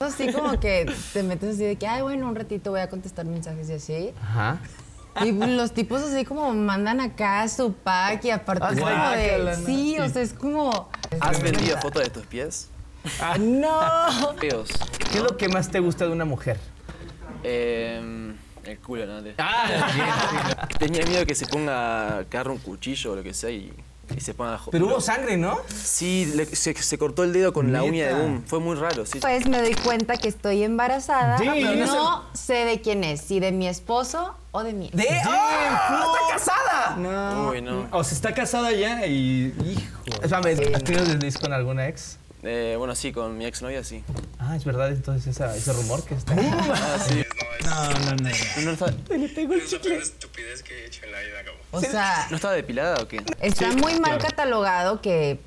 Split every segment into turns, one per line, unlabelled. así como que te metes así de que, ay, bueno, un ratito voy a contestar mensajes y así.
Ajá.
Y los tipos así como mandan acá su pack y aparte es
Guau.
como de...
Guácala, no.
Sí, o sea, es como...
¿Has vendido fotos de tus pies?
Ah.
¡No!
Feos.
¿Qué es lo que más te gusta de una mujer?
Eh, el culo, ¿no? De-
Ah,
Tenía miedo que se ponga, que agarre un cuchillo o lo que sea y, y se ponga... a jo-
Pero hubo sangre, ¿no?
Sí, le- se, se cortó el dedo con la uña de
Neta.
boom. Fue muy raro, sí.
Pues me doy cuenta que estoy embarazada.
Sí,
y
pero no
no,
es
sé de quién es, si de mi esposo o de mí.
¡De! ¡Ah! ¡Está casada!
Uy, no.
O sea, está casada ya y. Hijo.
Espérame, ¿has tenido desliz con alguna ex?
Eh, bueno, sí, con mi exnovia sí.
Ah, es verdad, entonces esa- ese rumor que está.
No, no, no.
¿No, no estaba,
estupidez que he hecho en la vida, como.
O sea,
¿No estaba depilada o qué?
está muy mal catalogado que,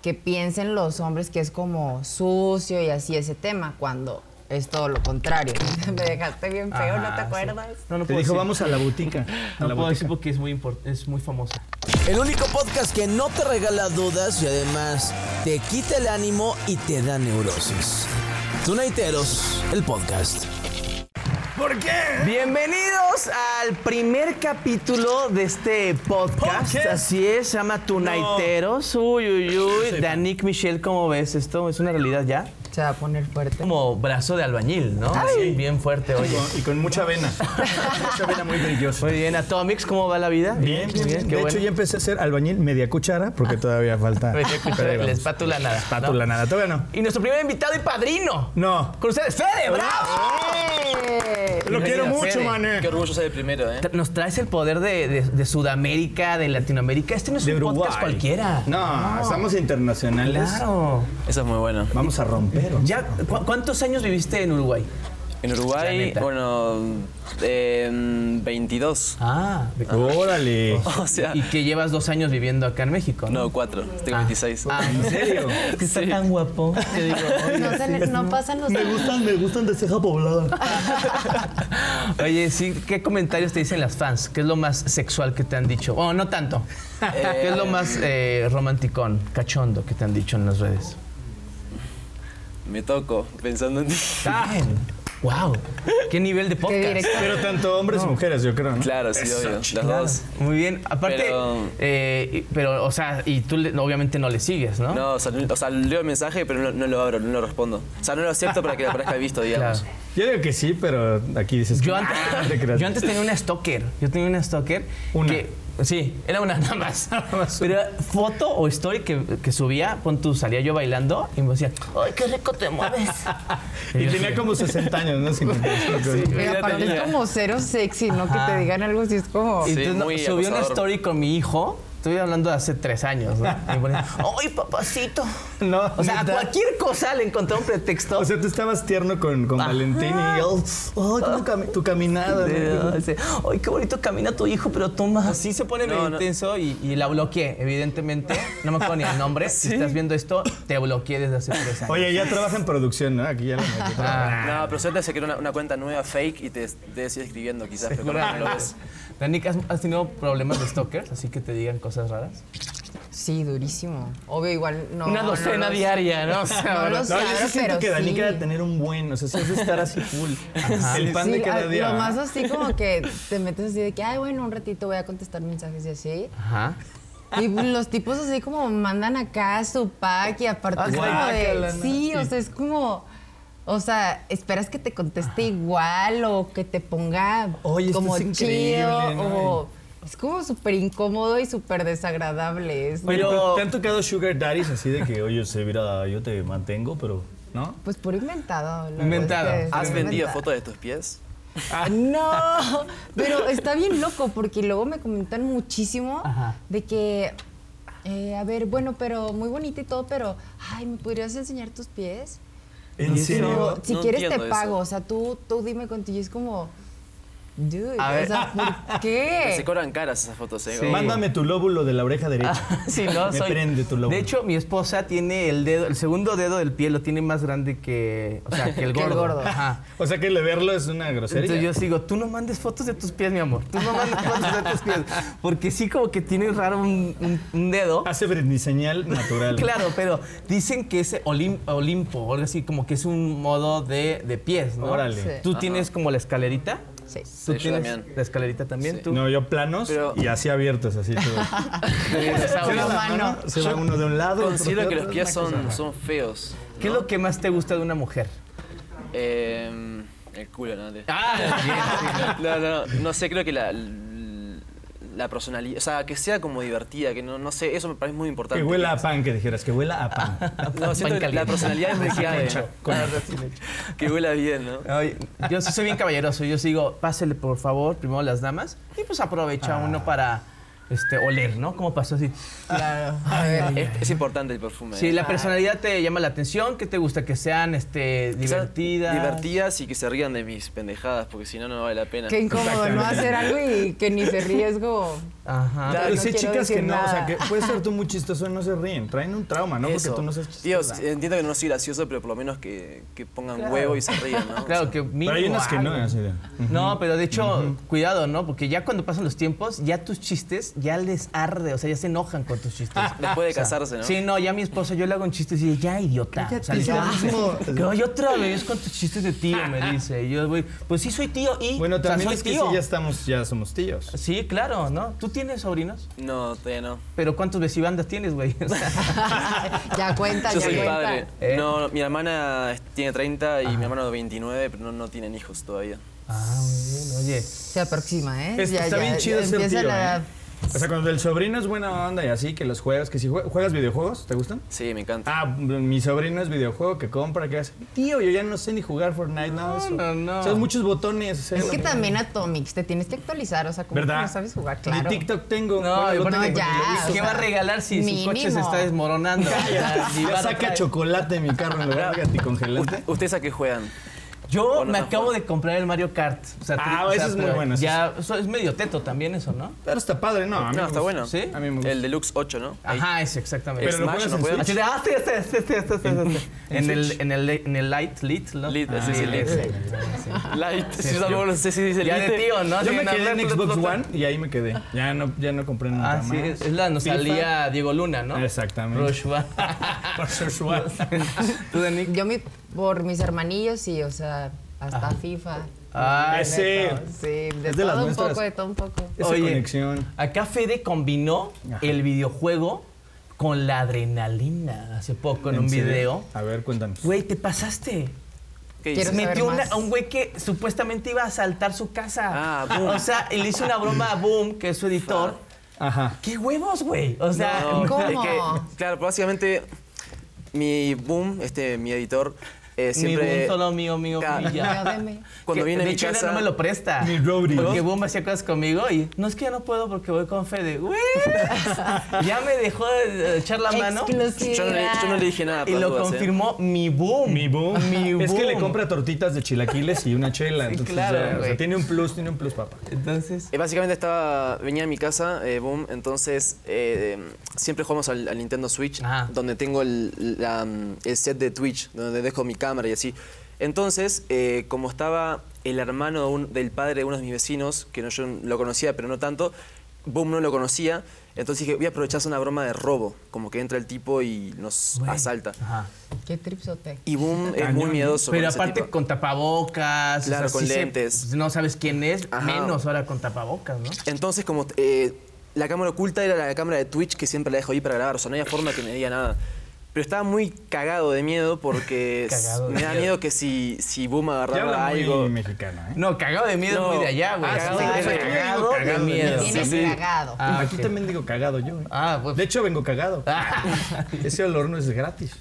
que piensen los hombres que es como sucio y así ese tema, cuando es todo lo contrario. me dejaste bien feo, ¿no te acuerdas?
No, no
Ah, Te
puedo
dijo,
decir.
vamos a la botica. A
No
la
puedo
botica.
decir porque es muy, import- es muy famosa.
El único podcast que no te regala dudas y además te quita el ánimo y te da neurosis. Tunaiteros, el podcast.
Bienvenidos al primer capítulo de este podcast.
Podcast.
Así es, se llama Tunaiteros. Uy, uy, uy. Danick Michelle, ¿cómo ves esto? ¿Es una realidad ya?
Se va a poner fuerte.
Como brazo de albañil, ¿no? Sí, Bien fuerte, oye.
Y con mucha vena. mucha vena muy brillosa.
Muy bien, Atomix, ¿cómo va la vida?
Bien, bien, bien.
qué
De
bueno.
hecho, ya empecé a hacer albañil media cuchara porque todavía falta.
Pero ya escuché,
Pero ahí
la
vamos.
espátula nada.
Espátula
¿no?
nada, todavía no.
Y nuestro primer invitado y padrino.
No.
Con ustedes, Fede, bravo.
¡Eh!
Lo quiero mucho,
Fede.
mané.
Qué orgullo ser el primero, ¿eh?
Tra- Nos traes el poder de, de- de Sudamérica, de Latinoamérica. Este no es
De
un
Uruguay.
podcast cualquiera.
No, estamos internacionales.
Claro.
Eso es muy bueno.
Vamos a romper.
Ya, ¿cu- ¿Cuántos años viviste en Uruguay?
En
La
Uruguay,
neta.
bueno, eh, 22.
Ah.
Órale.
O sea,
Y que llevas dos años viviendo acá en México, ¿no?
no, 4. Tengo 26.
Ah,
¿En serio?
que está tan guapo. Te digo, oye,
No, se le- no pasan los años.
me gustan de ceja poblada.
Oye, sí, ¿qué comentarios te dicen las fans? ¿Qué es lo más sexual que te han dicho? Bueno, no tanto. ¿Qué es lo más eh, romanticón, cachondo que te han dicho en las redes?
Me toco pensando en ti.
Ah.
¡Wow! ¡Qué nivel de
Qué
podcast!
directo.
Pero tanto hombres y mujeres, yo creo, ¿no?
Claro, sí, obvio. Las dos.
Muy bien. Aparte,
Pero-
eh, y- pero, o sea, y tú le- obviamente no le sigues, ¿no?
No, o sea, o sea, leo el mensaje, pero no, no lo abro, no lo respondo. O sea, no lo acepto para que aparezca visto, digamos.
Claro.
Yo digo que sí, pero aquí dices que
Yo
no.
antes,
Ah, No te creas.
yo antes tenía una stalker. Yo tenía una stalker.
Una.
Que, sí, era una nada más.
más
Pero era foto o story que, que subía, pon tú, salía yo bailando y me decía, ¡ay, qué rico te mueves!
Y tenía como 60 años, ¿no? 55.
Y aparte es como cero sexy, ¿no? Que te digan algo así, es como...
Y
Sí,
entonces, no,
muy
subí una
acosador.
story con mi hijo. Estoy hablando de hace tres años, ¿no? Y me ponía, ¡ay, papacito!
No,
O sea, a
neta.
cualquier cosa le encontré un pretexto.
O sea, tú estabas tierno con, con Valentín y él. Oh, cómo cami- tu caminada! ¿no?
Dice, Ay, qué bonito camina tu hijo, pero toma. Así se pone medio
no.
intenso y, y la bloqueé, evidentemente. No me acuerdo ni el nombre. Si estás viendo esto, te bloqueé desde hace tres años.
Oye, ya trabaja en producción, ¿no? Aquí ya lo metí.
Ah,
No, pero suerte se creó una, una cuenta nueva fake y te, te sigue escribiendo quizás, pero cuando no lo ves.
Danik, ¿has, has tenido problemas de stalkers? Así que te digan cosas raras.
Sí, durísimo. Obvio, igual no.
Una docena
no los-
diaria, ¿no? O sea,
No los-
No, yo
Claro,
sí siento
pero
que Danica
sí.
debe tener un buen, o sea, sí es de estar así full. El pan
Sí,
de cada
a-
día.
Lo más así como que te metes así de que, ay, bueno, un ratito voy a contestar mensajes y así.
Ajá.
Y los tipos así como mandan acá su pack y aparte es como
Ah,
de...
Guácala, no.
Sí, o sea, es como... O sea, esperas que te conteste igual o que te ponga
Oye, esto
como
es increíble,
chido
¿no?
o... Es como súper incómodo y súper desagradable. Es-
Oye,
Pero-
pero ¿te han tocado sugar daddies así de que, oye, se mira, yo te mantengo, pero, ¿no?
pues por inventado. la
Inventado.
verdad es que
¿Has
es
vendido
inventado.
fotos de tus pies?
No, pero está bien loco porque luego me comentan muchísimo
Ajá.
de que, eh, a ver, bueno, pero muy bonito y todo, pero, ay, ¿me podrías enseñar tus pies?
¿En
Pero si
no
quieres te
entiendo eso.
pago, o sea, tú, tú dime contigo, es como, dude,
A
o
ver.
sea, ¿por
Se
qué?
cobran caras esas fotos, eh.
Sí.
güey.
Mándame tu lóbulo de la oreja derecha.
Ah.
Sí, no,
Me
soy-
prende tu lóbulo.
De hecho, mi esposa tiene el dedo, el segundo dedo del pie lo tiene más grande que, o sea, que el
Que
gordo.
el gordo.
Ajá.
o sea que le verlo es una grosería.
Entonces yo sigo, tú no mandes fotos de tus pies, mi amor. Tú no mandes fotos de tus pies. Porque sí como que tiene raro un, un- un dedo.
Hace Britney señal natural.
Claro, pero dicen que es Olim- Olimpo, o algo así, como que es un modo de, de pies, ¿no?
Órale. Sí.
Tú tienes como la escalerita.
Sí.
Tú
Sí, yo
tienes
también.
la escalerita también.
Sí.
Tú.
No, yo planos
Pero-
y así abiertos, así todo.
Dinosaurio.
Cierra la mano, se va uno de un lado. otro de
Considero que
otro,
los pies
una
son,
cosa.
son feos.
¿Qué es lo que más te gusta de una mujer?
Eh, el culo, ¿no? De-
Ah,
No, no, no, no sé, creo que la, la personalidad, o sea, que sea como divertida, que no, no sé, eso me parece muy importante.
Que huela a pan, que dijeras, que huela a pan.
No, siento que la personalidad es muy clave. que huela bien, ¿no?
Ay, yo sí soy bien caballeroso. Yo sigo, pásele por favor, primero las damas. Y pues aprovecha
Ah.
uno para este, oler, ¿no? Como pasó así.
Ah,
Claro. A ver.
Es, es importante el perfume.
Si
¿eh?
la personalidad te llama la atención, ¿qué te gusta? Que sean este,
Que sean
divertidas.
Divertidas y que se rían de mis pendejadas, porque si no, no vale la pena.
Qué incómodo no hacer algo y que ni se ríe, es como...
Ajá.
Claro,
Pero
no
sí,
quiero
chicas que
decir
no, o
nada.
sea, que puede ser tú muy chistoso y no se ríen. Traen un trauma, ¿no?
Eso.
Porque tú no seas
Digo,
chistoso.
eh,
entiendo que no soy gracioso, pero por lo menos que, que pongan huevo y se rían, ¿no?
Claro, que
Pero hay
mínimo
unas que no,
algo.
así de-
No, pero de hecho, cuidado, ¿no? Porque ya cuando pasan los tiempos, ya tus chistes ya les arde, o sea, ya se enojan con tus chistes.
Después de
O sea,
casarse, ¿no?
Sí, no, ya mi esposa, yo le hago un chiste y dice, ya idiota. O sea,
Cállate,
ya,
ya.
que hoy otra vez con tus chistes de tío, me dice. Y yo voy, pues sí soy tío y.
Bueno,
o sea,
también
soy
es que sí,
tío.
ya estamos, ya somos tíos.
Sí, claro, ¿no? ¿Tú tienes sobrinos?
No, todavía no.
Pero ¿cuántos vecibandas tienes, güey? O sea,
ya cuenta,
Yo
ya
soy
cuenta.
padre.
¿Eh?
No, no, mi hermana es- tiene 30 y mi hermano 29, pero no, no tienen hijos todavía.
ah, muy bien, oye.
Se aproxima, ¿eh?
Es-
Ya-
está
ya-
bien
ya
chido ser
empieza
tío,
la
¿eh?
edad.
O sea, cuando el sobrino es buena onda y así, que los juegas, que si jue- juegas videojuegos, ¿te gustan?
Sí, me encanta.
Ah, mi sobrino es videojuego que compra, que hace. Tío, yo ya no sé ni jugar Fortnite, nada de eso.
No, no.
O sea, muchos botones. ¿eh? o sea,
Es
la-
que también Atomics, te tienes que actualizar, o sea, como
¿Verdad?
no sabes jugar,
Ni
claro.
TikTok tengo.
No,
Bueno,
y
lo
aparte,
no,
tengo.
ya,
¿Qué
o
va a
sea,
regalar si su coche se
mínimo.
está desmoronando? O sea, ni va
Ya
a
saca
traer.
chocolate en mi carro en lugar de anticongelante.
Usted- ¿Ustedes a qué juegan?
Yo
Bueno,
me
no,
acabo
fue-
de comprar el Mario Kart. O sea,
Ah,
o sea,
ese es muy
pero
bueno, ese
Ya, eso es medio teto también eso, ¿no?
Pero está padre, no.
No,
A mí me
está
gusta.
bueno.
¿Sí?
A mí me gusta.
El Deluxe 8, ¿no? Ahí.
Ajá, ese, exactamente.
Pero lo
Smash,
juegas
no
en
puedo.
Así de, ah, sí, este, este, este, este, este, este. En el, en el, en el light, lit, ¿no?
Lit,
Ah,
sí, sí, lit.
sí.
Light.
Sí,
yo tampoco
yo-
no sé si dice
Ya de
Lite.
tío, ¿no?
Yo
Sí,
me
no,
quedé en
no, no,
Xbox
no, no.
One y ahí me quedé. Ya no, ya no compré nunca
Ah,
más.
sí, es es la nostalgia Diego Luna, ¿no?
Exactamente.
Rush One.
Rush One.
¿Tú, Dani?
Yo mi, por mis hermanillos, sí, o sea, hasta FIFA.
Ah,
Ese.
Sí, de
Es de las
todo un
nuestras.
poco, de todo un poco.
Esa
Oye,
conexión.
Acá Fede combinó
Ajá.
el videojuego con la adrenalina hace poco en un
serio? Ah.
video.
A ver, cuéntanos.
Güey, te pasaste.
¿Qué
Quiero
dice?
saber
Metió una-
más.
a un güey que supuestamente iba a asaltar su casa.
Ah, Boom.
O sea, y le hizo una broma a Boom, que es su editor.
Ajá.
¡Qué huevos, güey! O sea,
No,
¿Cómo?
es que, claro, básicamente mi boom, este, mi editor, eh,
mi
siempre.
Boom solo mío, mío,
Ca-
mío. ya.
Mío, deme.
Cuando
Que,
viene a
de
mi
hecho, él
casa-
no me lo presta.
Mi roadie.
Porque Boom hacía cosas conmigo y no es que ya no puedo porque voy con Fede. Güey, ya me dejó eh, echar la mano.
Exclusiva.
Yo no, le, yo no le dije nada.
Y
por las
lo
dudas, ¿eh?
confirmó mi boom.
Mi boom.
Mi
Es que le
boom.
compra tortitas de chilaquiles y una chela.
Sí,
entonces
claro,
ya, o sea,
güey.
tiene un plus, tiene un plus, papá.
Entonces.
Eh, básicamente estaba, venía a mi casa, eh, boom, entonces eh, siempre jugamos al, al Nintendo Switch,
Ajá.
donde tengo el, la, mm, el set de Twitch, donde dejo mi cámara y así. Entonces, eh, como estaba el hermano de un- del padre de uno de mis vecinos, que no, yo lo conocía, pero no tanto, boom, no lo conocía, entonces dije, voy a aprovechar hacer una broma de robo, como que entra el tipo y nos
güey.
asalta.
Ajá.
Qué tripsote.
Y boom, es muy miedoso.
Pero
con ese
aparte
tipo.
con tapabocas.
Claro, con
se-
lentes.
pues, no sabes quién es,
Ajá.
menos ahora con tapabocas, ¿no?
Entonces, como eh, la cámara oculta era la cámara de Twitch que siempre la dejo ahí para grabar, o sea, no había forma que me diga nada. Pero estaba muy cagado de miedo porque s-
Cagado de
me da
miedo.
miedo que si, si Boom
Ya
agarraba
habla muy
algo.
mexicano, ¿eh?
No, cagado de miedo
No.
es muy de allá, güey.
Ah,
cagado,
sí,
de-
eso yo digo
cagado
cagado
de
de
miedo.
miedo.
Tienes
sí.
cagado.
Ah,
Aquí
ok.
también digo cagado yo. ¿eh?
Ah, pues.
De hecho, vengo cagado.
Ah.
Ese olor no es gratis.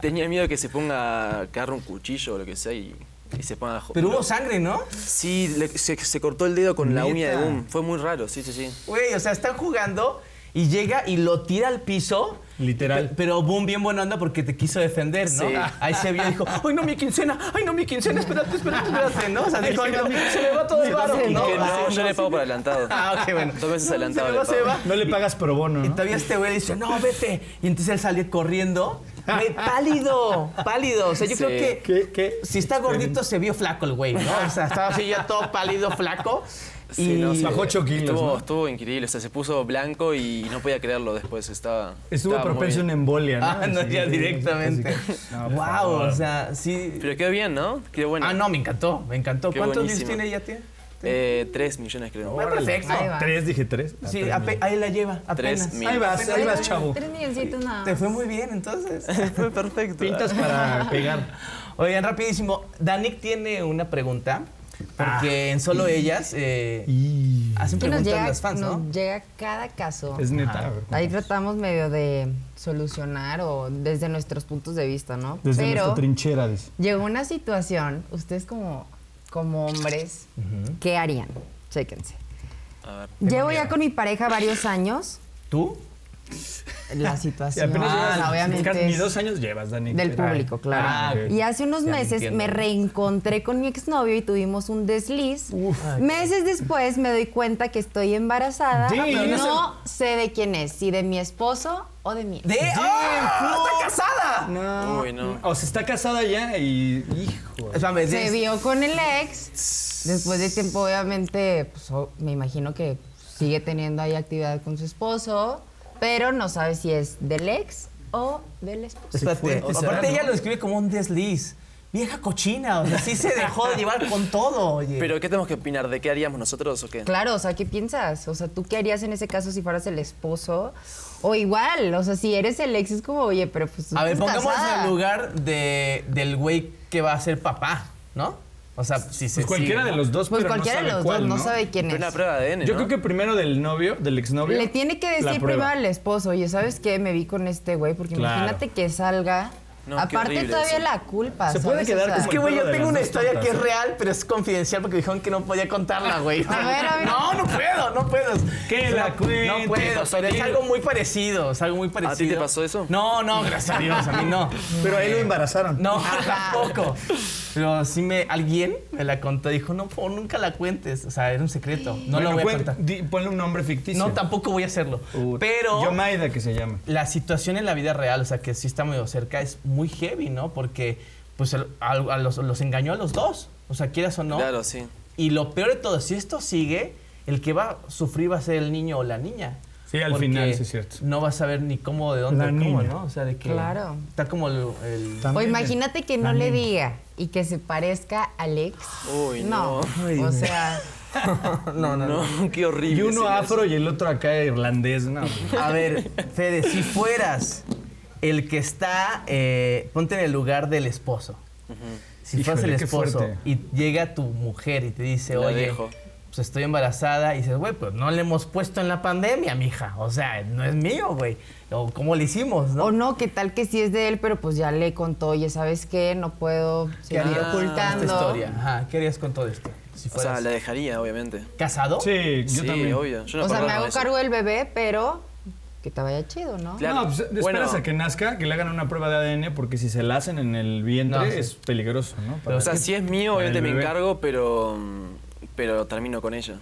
Tenía miedo que se ponga a agarrar un cuchillo o lo que sea y, y se ponga a joder.
Pero hubo sangre, ¿no?
Sí, le- se, se cortó el dedo con la uña de
Neta.
Boom. Fue muy raro, sí, sí, sí.
Güey, o sea, están jugando Y llega y lo tira al piso.
Literal.
Pe- Pero boom, bien buena onda porque te quiso defender, ¿no?
Sí.
Ahí se vio y dijo, ¡ay, no, mi quincena! ¡Ay, no, mi quincena! Espérate, espérate, espérate, ¿no? O sea, dijo, "Ay, no, se me va todo el varo.
Y
No,
que no,
ah,
yo le pago por adelantado.
Ah, ok, bueno.
Dos veces
No,
adelantado.
Se me va,
le
se me
pago.
va.
No le pagas pro bono,
Y
¿no?
todavía este güey le dice, no, vete. Y entonces él salió corriendo. Güey, pálido, pálido. O sea, yo
Sí.
creo que
¿Qué- qué?
si está gordito se vio flaco el güey, ¿no? O sea, estaba así ya todo pálido, flaco.
Sí,
y
no, sí.
Bajó ocho kilos,
Estuvo,
¿no?
estuvo increíble. O sea, se puso blanco y no podía creerlo después. Estaba.
Estuvo
estaba muy
propenso a
bien.
una embolia, ¿no?
Ah, no,
Así,
ya
sí,
directamente.
casi que- No, por
wow,
favor.
o sea, sí.
Pero quedó bien, ¿no? Quedó bueno.
Ah, no, me encantó, me encantó.
Qué
¿Cuántos views
buenísimo.
tiene ella, tía?
Eh, tres millones, creo.
Bueno, perfecto.
Ahí va.
Tres, dije tres. Ah,
Sí,
tres,
ape- ahí la lleva,
Tres
apenas.
mil.
Ahí vas, ahí vas, chavo.
Tres milloncitos nada.
Te fue muy bien, entonces.
Fue perfecto.
Pintas para pegar.
Oigan, rapidísimo. Danik tiene una pregunta. Porque
Ah.
en solo ellas eh,
Y
hacen
Que nos
preguntas
llega,
las fans, ¿no?
nos llega cada caso.
es neta. a ver,
Ahí tratamos medio de solucionar o desde nuestros puntos de vista, ¿no?
Desde
Pero
nuestra trinchera, dice.
llegó una situación, ustedes como, como hombres, ¿qué harían? Chéquense.
A ver.
Llevo ya con mi pareja varios años.
¿Tú?
La situación, ah, obviamente,
casi Ni
es
dos años llevas, Dani.
del
Ay.
público, claro.
Ah, ok.
Y hace unos
Ya me
meses
entiendo.
me reencontré con mi exnovio y tuvimos un desliz. Meses después me doy cuenta que estoy embarazada
Sí,
y
no
no sé de quién es, si de mi esposo o de mí.
¡De! ¡Oh! ¡Está casada!
No.
Uy, no.
O sea, está casada ya y. Hijo. Pues
O sea, me
Se
des-
Este,
vio con el ex. Después de tiempo, obviamente, pues, o- me imagino que sigue teniendo ahí actividad con su esposo, pero no sabe si es del ex o del esposo.
Espérate, aparte ella lo escribe como un desliz. Vieja cochina, o sea, sí se dejó de llevar con todo, oye.
Pero ¿qué tenemos que opinar? ¿De qué haríamos nosotros o qué?
Claro, o sea, ¿qué piensas? O sea, ¿tú qué harías en ese caso si fueras el esposo? O igual, o sea, si eres el ex es como, oye, pero pues tú
a ver,
estás
pongámonos en
casada.
el lugar de, del güey que va a ser papá, ¿no? O sea, si se
Pues cualquiera
sigue, ¿no?
de los dos,
Pues
pero
cualquiera
no
de
sabe
los
cuál,
dos no sabe quién
Pero
es.
una prueba de ADN.
Yo
¿no?
creo que primero del novio, del exnovio.
Le tiene que
la
decir
prueba.
primero al esposo, oye, ¿sabes qué? Me vi con este güey, porque
Claro.
imagínate que salga.
No, qué
Aparte
horrible
todavía
eso.
la culpa.
Se puede
¿sabes?
quedar
O sea,
Es que, güey, yo
Como el perro de
tengo
las
una
dos
historia que
tortas.
es real, pero es confidencial porque dijeron que no podía contarla, güey.
A ver, a ver.
No, no puedo, no puedo.
Que la
No
cuente,
puedo,
pasó
pero es
bien.
algo muy parecido, es algo muy parecido.
ti te pasó eso?
No, no, gracias a Dios, a mí no.
Pero ahí lo embarazaron.
No, tampoco. Pero sí me, alguien me la contó, dijo, no, por favor, nunca la cuentes. O sea, era un secreto, no
Bueno,
lo voy a
cuen-
contar.
di- ponle un nombre ficticio.
No, tampoco voy a hacerlo.
Uh,
Pero...
Yomaida que se llama.
la situación en la vida real, o sea, que sí está medio cerca, es muy heavy, ¿no? Porque pues el- a, a los, los engañó a los dos, o sea, quieras o no.
Claro, sí.
Y lo peor de todo, si esto sigue, el que va a sufrir va a ser el niño o la niña.
Sí, al
Porque
final, sí es cierto.
No va a saber ni cómo, de dónde,
La
cómo,
niña.
¿no? O sea, de que
Claro.
está como el... el-
O
También
imagínate que no le diga y que se parezca al ex.
Uy, no.
O sea,
No, no, no. Qué horrible.
Y uno
sería
afro y el otro acá irlandés, no.
A ver, Fede, si fueras el que está, eh, ponte en el lugar del esposo. Si
Híjole,
fueras el
qué
esposo
fuerte.
y llega tu mujer y te dice,
La
oye,
dejo.
pues estoy embarazada, y dices, güey, pues no le hemos puesto en la pandemia, mija. O sea, no es mío, güey. O cómo le hicimos, ¿no?
o no, que tal que sí es de él, pero pues ya le contó, oye, ¿sabes qué? No puedo
¿Qué
seguir
harías con esta
ocultando.
historia? Ajá, ¿Qué harías con todo esto? Si
eso. O sea,
fueras
la dejaría, obviamente.
casado.
Sí, yo
sí,
también.
obvio. Yo no
o sea,
perdono
me hago
eso.
cargo del bebé, pero que te vaya chido, ¿no?
Claro.
No, pues esperas
Bueno.
a que nazca, que le hagan una prueba de ADN, porque si se la hacen en el vientre
No, sí.
es peligroso, ¿no?
Pero,
Para-
O sea, si es mío,
Para el
obviamente me
bebé.
encargo, pero. mm, Pero termino con ella.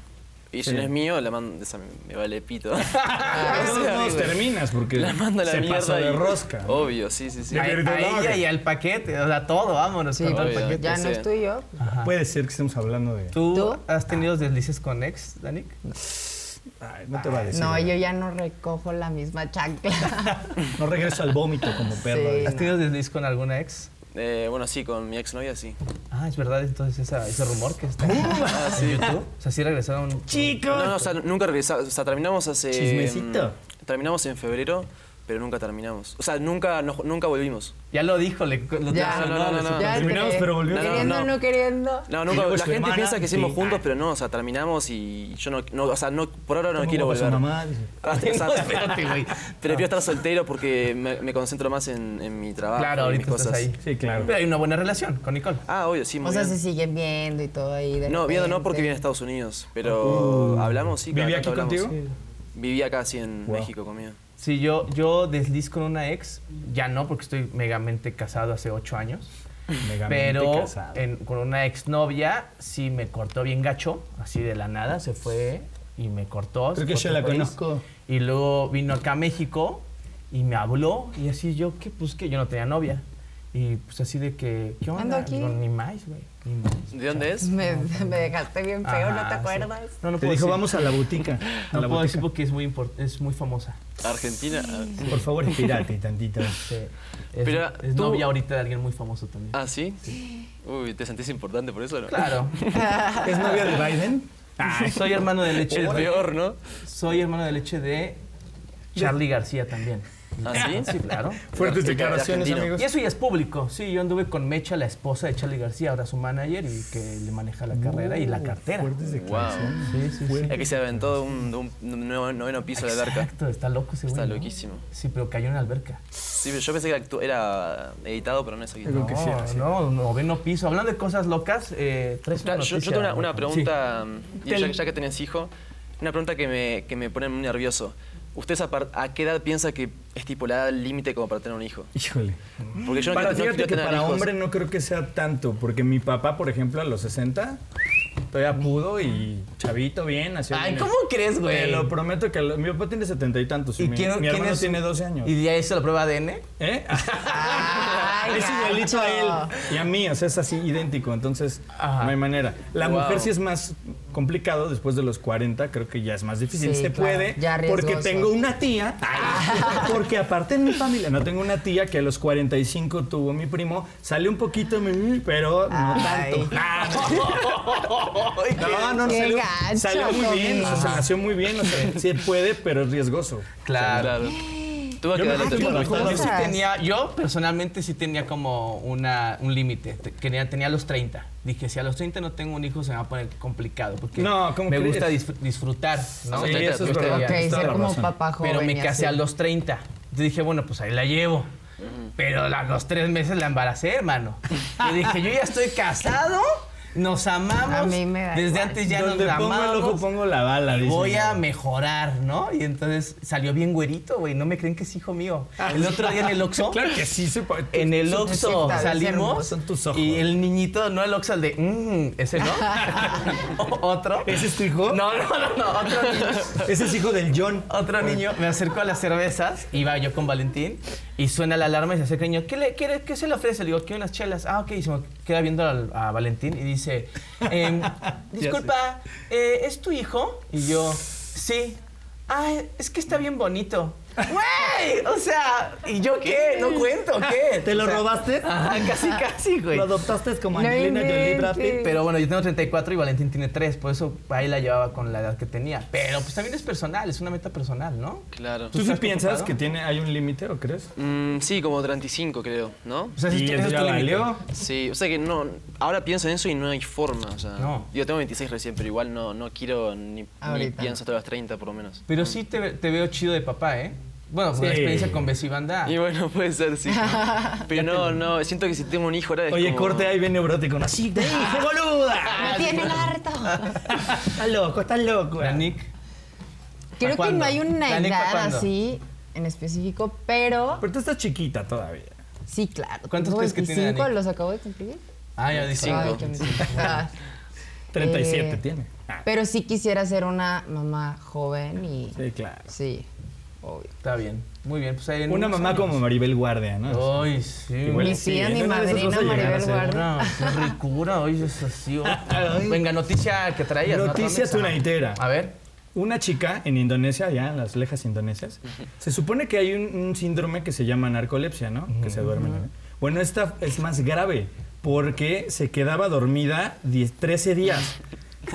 Y si no es mío, la mando. Esa me- me vale pito. Ah,
Pero Ah, de todos modos terminas, porque
La mando a la
se
mierda.
pasó de
y-
rosca. ¿no?
Obvio, sí, sí, sí.
A, a ella y al paquete, o sea, todo, vámonos.
Sí,
con todo el
porque
obvio.
paquete.
ya
Sí.
no es tuyo.
Puede ser que estemos hablando de...
¿Tú,
¿Tú?
has tenido deslices con ex, Danik?
Ay, no te va a decir.
No,
¿verdad?
yo ya no recojo la misma chancla.
No regreso al vómito como perro.
Sí.
¿Has tenido desliz con alguna ex?
Eh, bueno, sí, con mi exnovia sí.
Ah, es verdad, entonces esa- ese rumor que está en YouTube. O sea, sí regresaron.
Chicos.
No, no, o sea, nunca regresamos. O sea, terminamos hace.
Chismecito.
mm, terminamos en febrero, pero nunca terminamos. O sea, nunca, nos- nunca volvimos.
Ya lo dijo, le, lo
Ya.
No, no, no, no, no.
Ya
Terminamos,
te-
pero volvimos.
Queriendo
No,
o
no,
no.
no.
queriendo.
No, nunca.
Llegó
La
su
gente
hermana,
piensa que hicimos
sí.
juntos, pero no, o sea, terminamos y yo no, no, o sea, no, por ahora no
¿Cómo
quiero
va su
volver.
mamá? Ah.
Hasta-
Dice.
o sea,
No, espérate, güey.
Prefiero estar soltero porque me, me concentro más en, en mi trabajo.
Claro,
y
ahorita
mis Ah, cosas.
estás ahí.
Sí, claro.
Pero hay una buena relación con Nicole.
Ah, obvio, sí, muy
O sea,
bien.
se siguen viendo y todo ahí. de
No, viendo no
repente.
porque viene a Estados Unidos, pero hablamos, sí. cada
Uh. ¿Vivía
tanto
aquí
hablamos.
contigo?
Vivía casi en
Wow.
México conmigo.
Si yo, yo desliz con una ex, ya no, porque estoy megamente casado hace ocho años.
Megamente
Pero eh,
casado.
en- con una exnovia sí me cortó bien gacho, así de la nada, se fue y me cortó. se
Creo que
fue a otro
yo la
país.
conozco.
Y luego vino acá a México y me habló y así yo, que pues que yo no tenía novia. Y pues así de que, ¿qué onda?
Ando aquí.
Digo, ni más, güey, ni más.
¿De dónde es?
Me, me dejaste bien feo, ¿no te
Ajá, Ah, sí.
acuerdas?
No, no
Te
puedo
dijo,
decir.
vamos a la botica. A
No
la
puedo decir
botica.
porque es muy, import- es muy famosa.
Argentina. Ah.
Por favor, espérate tantito.
Sí. Es,
Pero
es
tú-
novia ahorita de alguien muy famoso también.
Ah, ¿sí? Uy, ¿te sentís importante por eso? No?
Claro.
¿Es novio de Biden?
Ah, Soy hermano de leche.
Es
de-
peor, ¿no?
Soy hermano de leche de Charlie García también.
¿Ah, sí?
Sí, claro.
Fuertes
Argentina,
declaraciones,
argentino.
amigos.
Y eso ya es público. Sí, yo anduve con Mecha, la esposa de Charlie García, ahora su manager y que le maneja la carrera y la cartera.
Fuertes declaraciones.
Sí, sí, sí.
Es que se aventó de un, de un nuevo- noveno piso de la alberca.
Exacto, está loco ese güey.
Está
¿no?
loquísimo.
Sí, pero cayó en la alberca.
Sí, pero yo pensé que era, actu- era editado, pero no es editado.
Creo que sí,
No,
era así.
no, noveno piso. Hablando de cosas locas, eh, traes una
Yo, yo
noticia,
tengo una, una
Rafa.
pregunta, y ya,
Tel-
ya que tenés hijo, una pregunta que me, que me pone muy nervioso. ¿Ustedes a, par- a qué edad piensa que es tipo la edad límite como para tener un hijo?
Híjole.
Porque yo no
Para,
quiero- no quiero
fíjate que
tener
para
hijos.
hombre no creo que sea tanto, porque mi papá, por ejemplo, a los 60 todavía pudo y chavito bien. hacía
Ay,
bien.
¿cómo crees, güey?
Te lo prometo que lo- mi papá tiene setenta y tantos. Y, mi,
quién-
mi
quién
hermano
es-
tiene 12 años.
¿Y ya hizo la prueba ADN?
¿Eh?
Ay,
es igualito a él
gacho.
y a mí, o sea, es así idéntico, entonces
Ajá.
no hay manera. La
Wow.
mujer sí es más complicado después de los 40, creo que ya es más difícil.
Sí,
Se
claro,
puede,
ya
porque
riesgoso.
tengo una tía, porque aparte en mi familia, no tengo una tía que a los 45 tuvo mi primo, sale un poquito, mi- pero no
Ay.
tanto. Ah, No, no, no,
qué
salió,
gacho,
salió muy bien,
Tommy.
o sea, nació muy bien, o sea, se puede, pero es riesgoso.
Claro. Tuvo que
Yo me
darle
metí
tu
con las
Yo sí
cosas.
tenía, yo personalmente sí tenía como una, un límite. Te- Tenía, tenía los 30. Dije, si a los 30 no tengo un hijo, se me va a poner complicado. Porque
No, ¿cómo
me
crees?
gusta disfr- disfrutar. ¿no?
Sí, eso es
Ok,
verdad.
Ok,
tienes toda
ser
la
como
razón.
papá joven.
Pero me
y así.
casé a los 30. Yo dije, bueno, pues ahí la llevo.
Mm.
Pero a los tres meses la embaracé, hermano. Y dije, yo ya estoy casado, nos amamos.
A mí me da
Desde
igual.
antes ya
Donde
nos
pongo el
amamos.
ojo, pongo la bala.
Y
dice
voy
mi
a
abuela.
mejorar, ¿no? Y entonces salió bien güerito, güey. No me creen que es hijo mío.
Ah.
El otro día en el Oxxo.
Claro que sí se puede.
En el Oxxo
tus-
salimos.
son tus ojos.
Y el niñito, no el Oxxo, el de, mmm, ese no. O- otro.
¿Ese es tu hijo?
No, no, no, no. Otro niño.
Ese es hijo del John.
Otro niño me acercó a las cervezas, iba yo con Valentín, y suena la alarma y se acerca el niño, ¿qué, le, quiere- qué se le ofrece? Le digo, quiero unas chelas. Ah, ok, y se me queda viendo al- a, Valentín y dice, em, disculpa, eh, ¿es tu hijo? Y yo, sí. Ah, es que está bien bonito. ¡Güey! O sea, ¿y yo qué? No cuento, ¿qué?
¿Te lo
O sea,
robaste?
Ajá, casi, casi, güey.
¿Lo adoptaste como
No
Angelina Jolie Brad Pitt?
inventes.
Pero bueno, yo tengo 34 y Valentín tiene 3, por eso ahí la llevaba con la edad que tenía. Pero pues también es personal, es una meta personal, ¿no?
Claro.
¿Tú sí
estás
piensas
preocupado?
que tiene, hay un límite o crees?
Mm, sí, como 35 creo, ¿no?
O sea, ese es
Y
tu-
eso
ese es
ya
tu límite.
valió.
Sí, o sea que no, ahora pienso en eso y no hay forma. O sea,
No.
Yo tengo 26 recién, pero igual no, no quiero ni, ni
Ahorita.
pienso hasta los 30 por lo menos.
Pero sí te, te veo chido de papá, ¿eh? Bueno, por la
Sí.
experiencia con Bessie
Ah.
Banda.
Y bueno, puede ser, sí. Pero no, no, siento que si tengo un hijo ahora es
Oye,
como-
corte ahí bien neurótico. No, sí, te dije, boluda.
Me tienen harto.
Estás loco, estás loco.
La Nick.
Creo que
cuándo?
no hay una
¿La neta
edad
cuándo?
así en específico, pero
Pero tú estás chiquita todavía.
sí, claro.
¿Cuántos
tengo
crees que tiene
25,
Dani?
los acabo de cumplir.
Ah, ya dijo.
Cinco.
Ay, qué mentira.
37
Eh,
tiene. Ah,
Pero sí quisiera ser una mamá joven y...
sí, claro.
Sí, obvio.
Está bien. Muy bien. Pues ahí en
Una
unos
mamá
años.
como Maribel Guardia, ¿no?
Ay, sí.
Igual
Mi
sí,
tía,
en
mi
una de esas vas
madrina,
a llegar a
Maribel
ser
Guardia.
Una qué ricura, oye, es así. oh.
Ay.
Venga, noticia que traías. ¿no?
Noticia
Tommy?
tunaitera.
A ver.
Una chica en Indonesia, ya en las lejas indonesias, se supone que hay un, un síndrome que se llama narcolepsia, ¿no? Que se duermen. ¿eh? Bueno, esta es más grave porque se quedaba dormida 10, 13 días.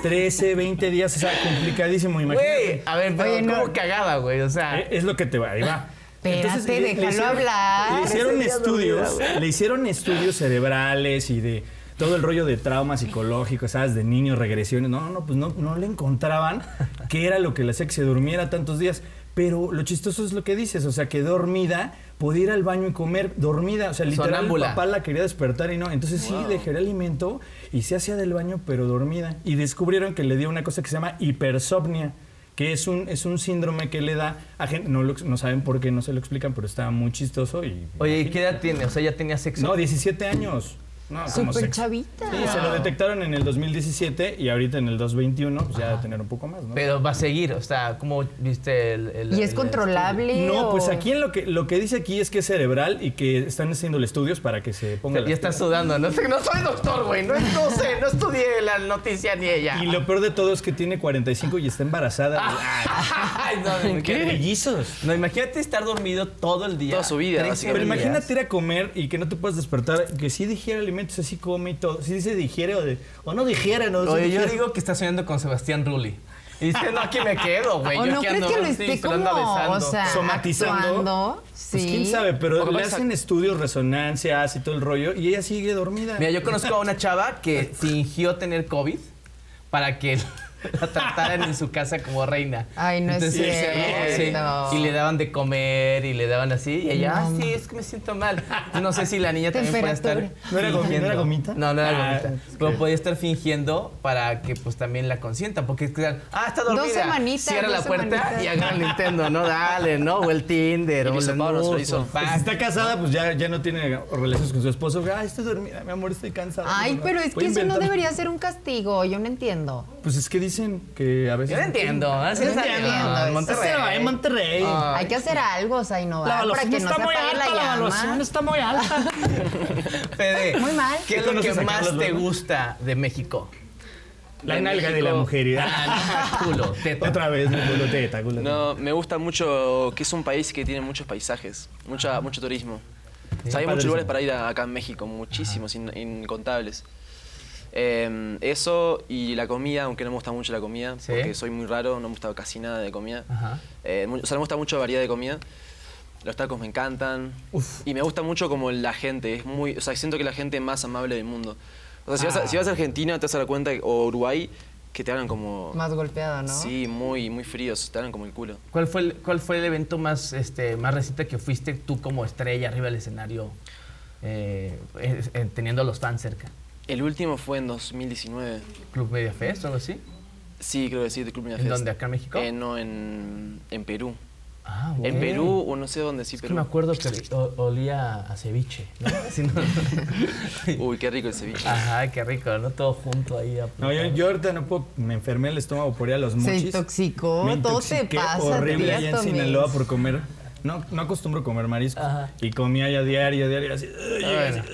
13, 20 días, o sea, complicadísimo,
Güey,
imagínate.
a ver, pero
Oye, no.
¿cómo cagaba, güey? O sea,
Eh, Es lo que te va, ahí va.
Espérate,
le- le
déjalo
hicieron-
hablar.
Le hicieron estudios, le hicieron estudios cerebrales y de todo el rollo de traumas psicológicos, ¿sabes? De niños, regresiones. No, no, pues no, no le encontraban qué era lo que le hacía que se durmiera tantos días. Pero lo chistoso es lo que dices, o sea, que dormida, podía ir al baño y comer, dormida, o sea, literal,
Sonámbula.
el papá la quería despertar y no. Entonces sí, dejé el alimento y se hacía del baño, pero dormida. Y descubrieron que le dio una cosa que se llama hipersomnia que es un, es un síndrome que le da a gente, no, lo ex- no saben por qué, no se lo explican, pero está muy chistoso y...
Oye, ¿y qué edad tiene? O sea, ya tenía sexo.
No, 17 años. No, como
Súper
sex-
chavita.
Sí, se lo detectaron en el 2017 y ahorita en el 2021 pues ya debe tener un poco más, ¿no?
Pero va a seguir, o sea, ¿cómo viste el. el- este,
¿Y es
el-
controlable?
no, pues
o-
aquí en lo que lo que dice aquí es que es cerebral y que están haciendo estudios para que se
O
ponga
sea,
las
ya está sudando, no sé, no soy doctor, güey, no, no sé, no estudié la noticia ni ella.
Y lo peor de todo es que tiene 45 y está embarazada.
Ah. Ay, no,
¿Qué?
¿Qué?
Mellizos.
No, imagínate estar dormido todo el día.
Toda su vida,
Tres
Pero
básicamente.
días.
imagínate ir a comer y que no te puedas despertar, que sí digiere alimentos, así come y todo. Si dice digiere o, de- o no digiere, no
Oye, yo
digiere.
digo que está soñando con Sebastián Rulli. Y dice, no, aquí me quedo, güey.
¿O
yo
no
aquí
crees
ando,
que lo
sí,
esté
pero ando
como, o
besando.
sea,
somatizando.
actuando?
Pues
Sí.
quién sabe,
O
pero
capaz
le
sa-
hacen estudios, resonancias y todo el rollo y ella sigue dormida.
Mira, yo conozco a una chava que fingió tener COVID para que la trataran en su casa como reina.
Ay, no es cierto.
sí, Y le daban de comer y le daban así. Y ella, ah,
No.
sí, es que me siento mal. No sé si la niña también puede estar.
Temperatura.
¿No era gomi- no
fingiendo.
era gomita?
No, no era
Ah,
gomita. Pero podía estar fingiendo para que pues también la consientan. Porque es que, ah, está dormida.
semanitas,
Cierra
dos
la puerta
semanitas.
y agarra el Nintendo, ¿no? Dale, ¿no? O el Tinder.
Y
o
Luis
el
Amparo nos lo
Nuz,
hizo.
o el
Pues,
Pac.
si está casada, pues ya, ya no tiene relaciones con su esposo. Ay, estoy dormida, mi amor, estoy cansada.
Ay,
No,
pero es
voy
que
a
eso no
inventar-
debería ser un castigo, yo no entiendo.
Pues es que dicen que a veces.
Yo no entiendo. Así
Yo
es
no entiendo eso.
en Monterrey.
Se va
en Monterrey.
Hay que hacer algo, o sea, innovar para que no se apague la llama.
está muy alta.
Fede,
Muy mal.
¿Qué es
¿Tú
lo que
conoces a
más
Carlos
te
Lobo?
gusta de México?
La
De
nalga de
México.
la mujer.
Ah, culo, teta.
Otra vez, me culo teta, culo teta.
No, me gusta mucho que es un país que tiene muchos paisajes, mucha, mucho turismo. O sea, hay muchos
Ah. Padrísimo.
lugares para ir a- acá en México, muchísimos, in- incontables. Eh, eso y la comida, aunque no me gusta mucho la comida,
Sí.
porque soy muy raro, no me gusta casi nada de comida.
Ajá.
Eh, mu- o sea, me gusta mucho la variedad de comida. Los tacos me encantan.
Uf.
Y me gusta mucho como la gente, es muy, o sea, siento que la gente es más amable del mundo. O sea, si, vas,
Ah.
a, si vas a Argentina te vas a dar cuenta, o Uruguay, que te hablan como...
Más golpeado, ¿no?
Sí, muy, muy fríos, te hablan como el culo.
¿Cuál fue el, cuál fue el evento más, este, más reciente que fuiste tú como estrella arriba del escenario, eh, es- eh, teniendo a los fans cerca?
El último fue en 2019.
¿Club Media Fest o algo así?
Sí, creo que sí, de Club Media
¿En
Fest.
dónde, acá en México?
Eh, no, en, en Perú.
Ah,
En Perú, o no sé dónde, sí,
Es que
Perú.
me acuerdo que o- olía a ceviche, ¿no? Así, ¿no?
Uy, qué rico el ceviche.
Ajá, qué rico, ¿no? Todo junto ahí.
No, yo,
apretado.
yo ahorita no puedo, me enfermé el estómago por ir a los
Se
mochis.
intoxicó,
Me
todo te
intoxiqué
pasa,
horrible
tía,
allá en
Tommy.
Sinaloa por comer. No, no acostumbro comer marisco.
Ajá.
Y comía ya diario, diario, así. "Ay,
Bueno.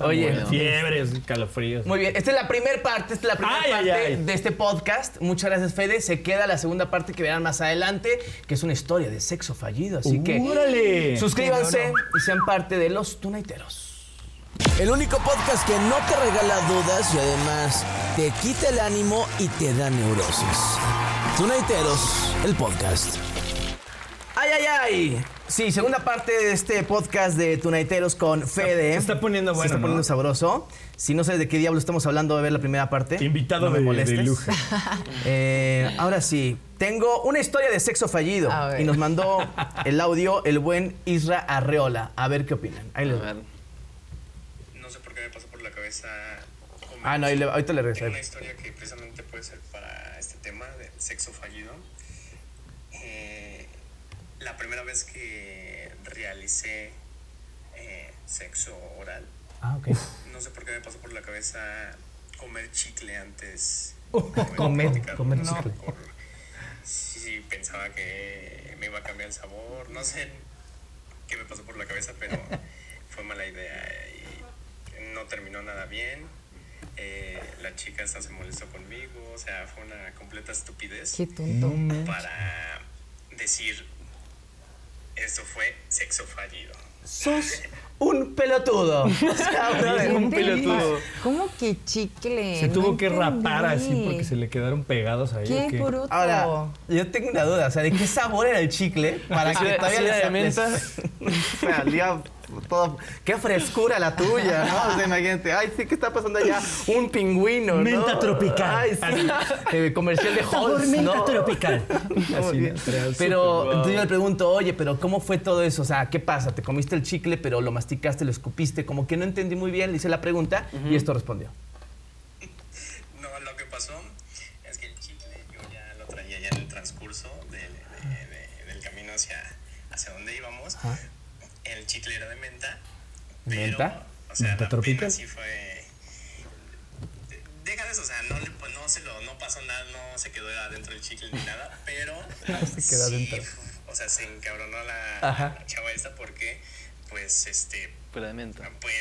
Oye,
Oye, fiebres, calofríos.
Muy bien, esta es la primera parte, esta es la primera
Ay, ay,
parte
ay.
de este podcast. Muchas gracias, Fede. Se queda la segunda parte que verán más adelante, que es una historia de sexo fallido. Así que
¡Órale!
suscríbanse y sean parte de los Tunaiteros.
El único podcast que no te regala dudas y además te quita el ánimo y te da neurosis. Tunaiteros, el podcast.
¡Ay, ay, ay! Sí, segunda parte de este podcast de Tunaiteros con Fede.
se está poniendo
Se
bueno,
está
¿no?
poniendo sabroso. Si no sabes de qué diablo estamos hablando, de ver la primera parte.
Invitado
no me
de- de
molestes.
lujo.
Eh, ahora sí, tengo una historia de sexo fallido.
A ver.
Y nos mandó el audio el buen Isra Arreola. A ver qué opinan. Ahí
A
les
ver.
No sé por qué me pasó por la cabeza. como-
Ah, no, ahí le- ahorita le regreso.
Tengo una historia que precisamente puede ser para este tema del sexo fallido. Eh, la primera vez que realicé eh, sexo oral,
Ah, ok.
no sé por qué me pasó por la cabeza comer chicle antes.
comer-
platicar.
comer
No,
chicle.
por- sí, sí, pensaba que me iba a cambiar el sabor, no sé qué me pasó por la cabeza, pero fue mala idea y no terminó nada bien. Eh, la chica hasta se molestó conmigo, o sea, fue una completa estupidez
Qué tonto.
para decir esto fue sexo fallido.
Sos un pelotudo. O sea, brother,
¿Qué
un
te
pelotudo.
pasa? ¿Cómo que chicle?
Se
No
tuvo que
entendí.
rapar así porque se le quedaron pegados ahí. ¿o
Qué
qué?
Oh,
bruto.
Ahora, yo tengo una duda, o sea, ¿de qué sabor era el chicle para
Así
que
de-
todavía
así
le
de menta.
Salía todo. Qué frescura la tuya, ¿no? O sea, imagínate, ay, sí, ¿qué está pasando allá? Un pingüino, ¿no?
Menta tropical.
Ay, sí. Eh, comercial de Halls, ¿no?
tropical. Así,
Bien.
natural,
Pero
súper.
entonces yo le pregunto, oye, pero ¿cómo fue todo eso? O sea, ¿qué pasa? ¿Te comiste el chicle, pero lo masticaste, lo escupiste? Como que no entendí muy bien, le hice la pregunta y esto respondió.
No, lo que pasó es que el chicle yo ya lo traía ya en el transcurso camino hacia, hacia donde íbamos. El chicle era de menta.
¿Menta?
pero, O sea,
¿Menta
la
tropical?
pena sí fue. de- Deja de eso, o sea, no, le- pues, no se lo, no pasó nada, no se quedó adentro del chicle ni nada, pero
se quedó
sí,
adentro.
o sea, se encabronó la,
Ajá.
la chava esta porque, pues, este,
Pero de menta.
pues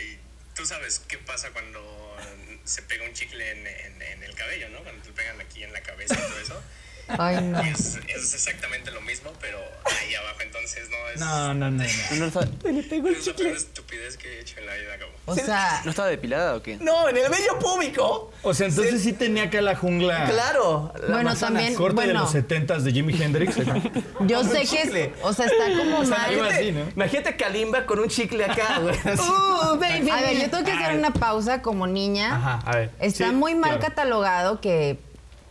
eh, tú sabes qué pasa cuando se pega un chicle en, en- en el cabello, ¿no? Cuando te pegan aquí en la cabeza y todo eso.
Ay, no.
Es, es exactamente lo mismo, pero ahí abajo, entonces no es.
No, no, no. no.
¿No, no, estaba,
es la peor estupidez que he hecho en la vida, cabrón.
O sea,
¿No estaba depilada o qué?
No, en el bello público.
O sea, entonces sí tenía acá la jungla.
Ah. Claro. la
Bueno,
manzana.
también-
Corte de
Eh, Bueno.
los 70s de Jimi Hendrix.
yo
Hombre,
sé que
chicle.
es, o sea, está como mal.
algo así, ¿no?
Imagínate Kalimba con un chicle acá, güey. así.
Uh, A ver, yo tengo que hacer una pausa como niña.
Ajá, a ver.
Está
Sí,
muy mal
claro.
catalogado que,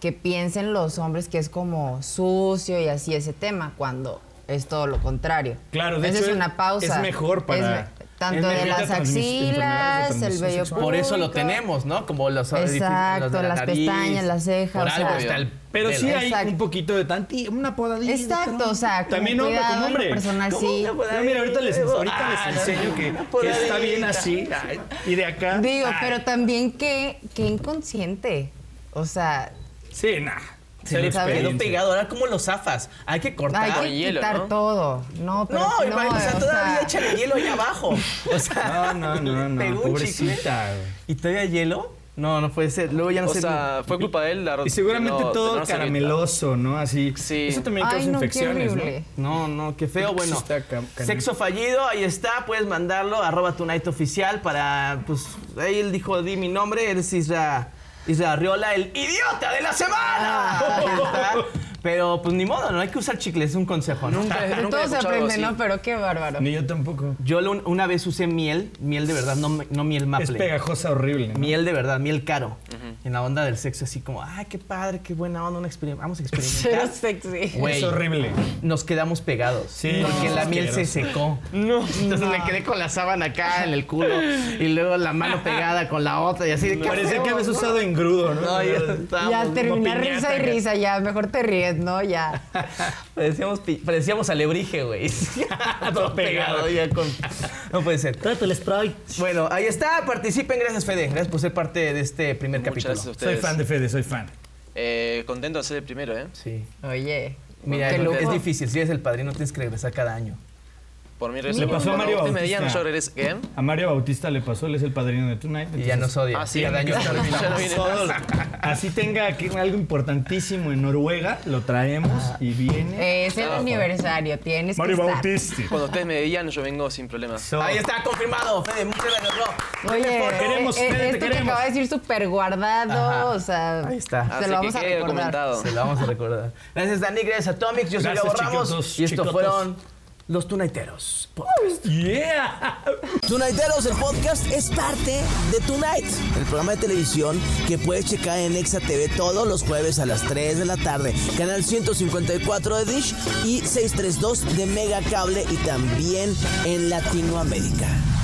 que piensen los hombres que es como sucio y así ese tema, cuando es todo lo contrario.
Claro, de
Esa
hecho,
es una pausa.
es mejor para-
me- tanto
es
de
mejor
las
para transmis- enfermedades de
axilas, el
transmisión
vello
sexual.
Por eso lo
púbico.
tenemos, ¿no? Como los
Exacto,
los de la
las
nariz.
pestañas, las cejas,
Por
o
algo
sea.
está el
Pero
pelo.
sí hay
Exacto.
un poquito de tanti, una podadilla.
Exacto, o sea, como
También hombre,
cuidado
como
en lo
hombre.
personal,
¿Cómo
sí.
una podadilla?
No, mira, ahorita les, ahorita les
Ah,
enseño que,
una
que está
podadita.
bien así. ay, Y de acá.
Digo,
ay.
pero también que, que inconsciente. O sea,
Sí, nah.
Se le
Cero
quedó
experiencia.
pegado. Ahora, ¿cómo lo zafas? Hay que cortar.
hay que
con hielo,
quitar
¿no?
todo. No, pero
No,
no,
imagínate, o sea,
o
todavía
sea,
échale hielo ahí abajo. O sea,
No, no,
le
no, no.
pegó un chicle.
Pobrecita. güey.
¿Y todavía hielo? No, no puede ser. Luego ya no
O
sé.
sea, fue culpa de él la
Y seguramente
de no- de
todo
no ser
carameloso, ¿no? Así.
Sí.
Eso también causa
Ay, no, qué
infecciones, ¿no?
horrible.
No, no, qué feo.
Sí
Bueno,
está ca- cañón.
sexo fallido, ahí está. Puedes mandarlo, arroba Tonight Oficial para, pues, ahí él dijo, di mi nombre, eres Isra, Isra Arriola, el idiota de la semana.
Ah.
Ahí está. Pero, pues, ni modo, no hay que usar chicles, es un consejo, ¿no?
Nunca, nunca he
todo se
escuchado algo
aprende,
así.
¿no? Pero qué bárbaro.
Ni yo tampoco.
Yo lo- una vez usé miel, miel de verdad, no, no miel
Es
maple.
pegajosa horrible. ¿no?
Miel de verdad, miel caro. En la onda del sexo, así como, ay, qué padre, qué buena onda, una experien- vamos a experimentar.
Cero sexy.
Güey.
Es horrible.
Nos quedamos pegados.
Sí,
porque
no.
la miel se secó. No. Entonces me quedé con la sábana acá en el culo y luego la mano pegada con la otra y así de
Parecía
feo,
que habías
¿no?
usado engrudo, ¿no?
No, ya estábamos
Ya
como
termina
piñata,
risa y
güey.
risa, ya. Mejor te ríes, ¿no? Ya.
Parecíamos, pi- parecíamos alebrije, güey. Todo pegado ya con. No puede ser. Bueno, ahí está. Participen. Gracias, Fede. Gracias por ser parte de este primer
Muchas
capítulo.
gracias a
Soy
ustedes.
fan de Fede, soy fan.
Eh, contento de ser el primero, ¿eh?
Sí.
Oye.
Mira,
qué
es-
lujo.
es difícil. Si eres el padrino, tienes que regresar cada año.
Por mi regreso.
Le pasó a
Cuando
Mario
ustedes me digan,
Bautista.
yo regreso. ¿eh? ¿Qué?
A Mario Bautista le pasó, él es el padrino de Tonight.
Y ya
entonces,
nos odia.
Ah, sí.
Cada año
Ya no viene.
Todos-
Así tenga que- algo importantísimo en Noruega, lo traemos y viene.
Es el aniversario, tienes
Mario
que estar.
Bautista.
Cuando ustedes me digan, yo vengo sin problemas.
So-
Ahí está, confirmado. Fede, muchas gracias, bro.
Oye,
Queremos,
eh, eh,
Fede, te
esto que
queremos.
acaba de decir súper guardado,
Ajá.
o sea,
Ahí está.
se
Ah,
lo
sí,
vamos
que
a
quede
recordar.
documentado.
Se lo vamos a recordar. Gracias, Dani. Gracias, Atomics. Yo soy
Gracias,
Gabo Ramos.
chiquitos,
y esto
chicotos.
fueron los Tunaiteros.
Yeah.
Tonighteros, el podcast es parte de Tonight, el programa de televisión que puedes checar en Exa TV todos los jueves a las 3 de la tarde, canal 154 de Dish y 632 de Mega Cable y también en Latinoamérica.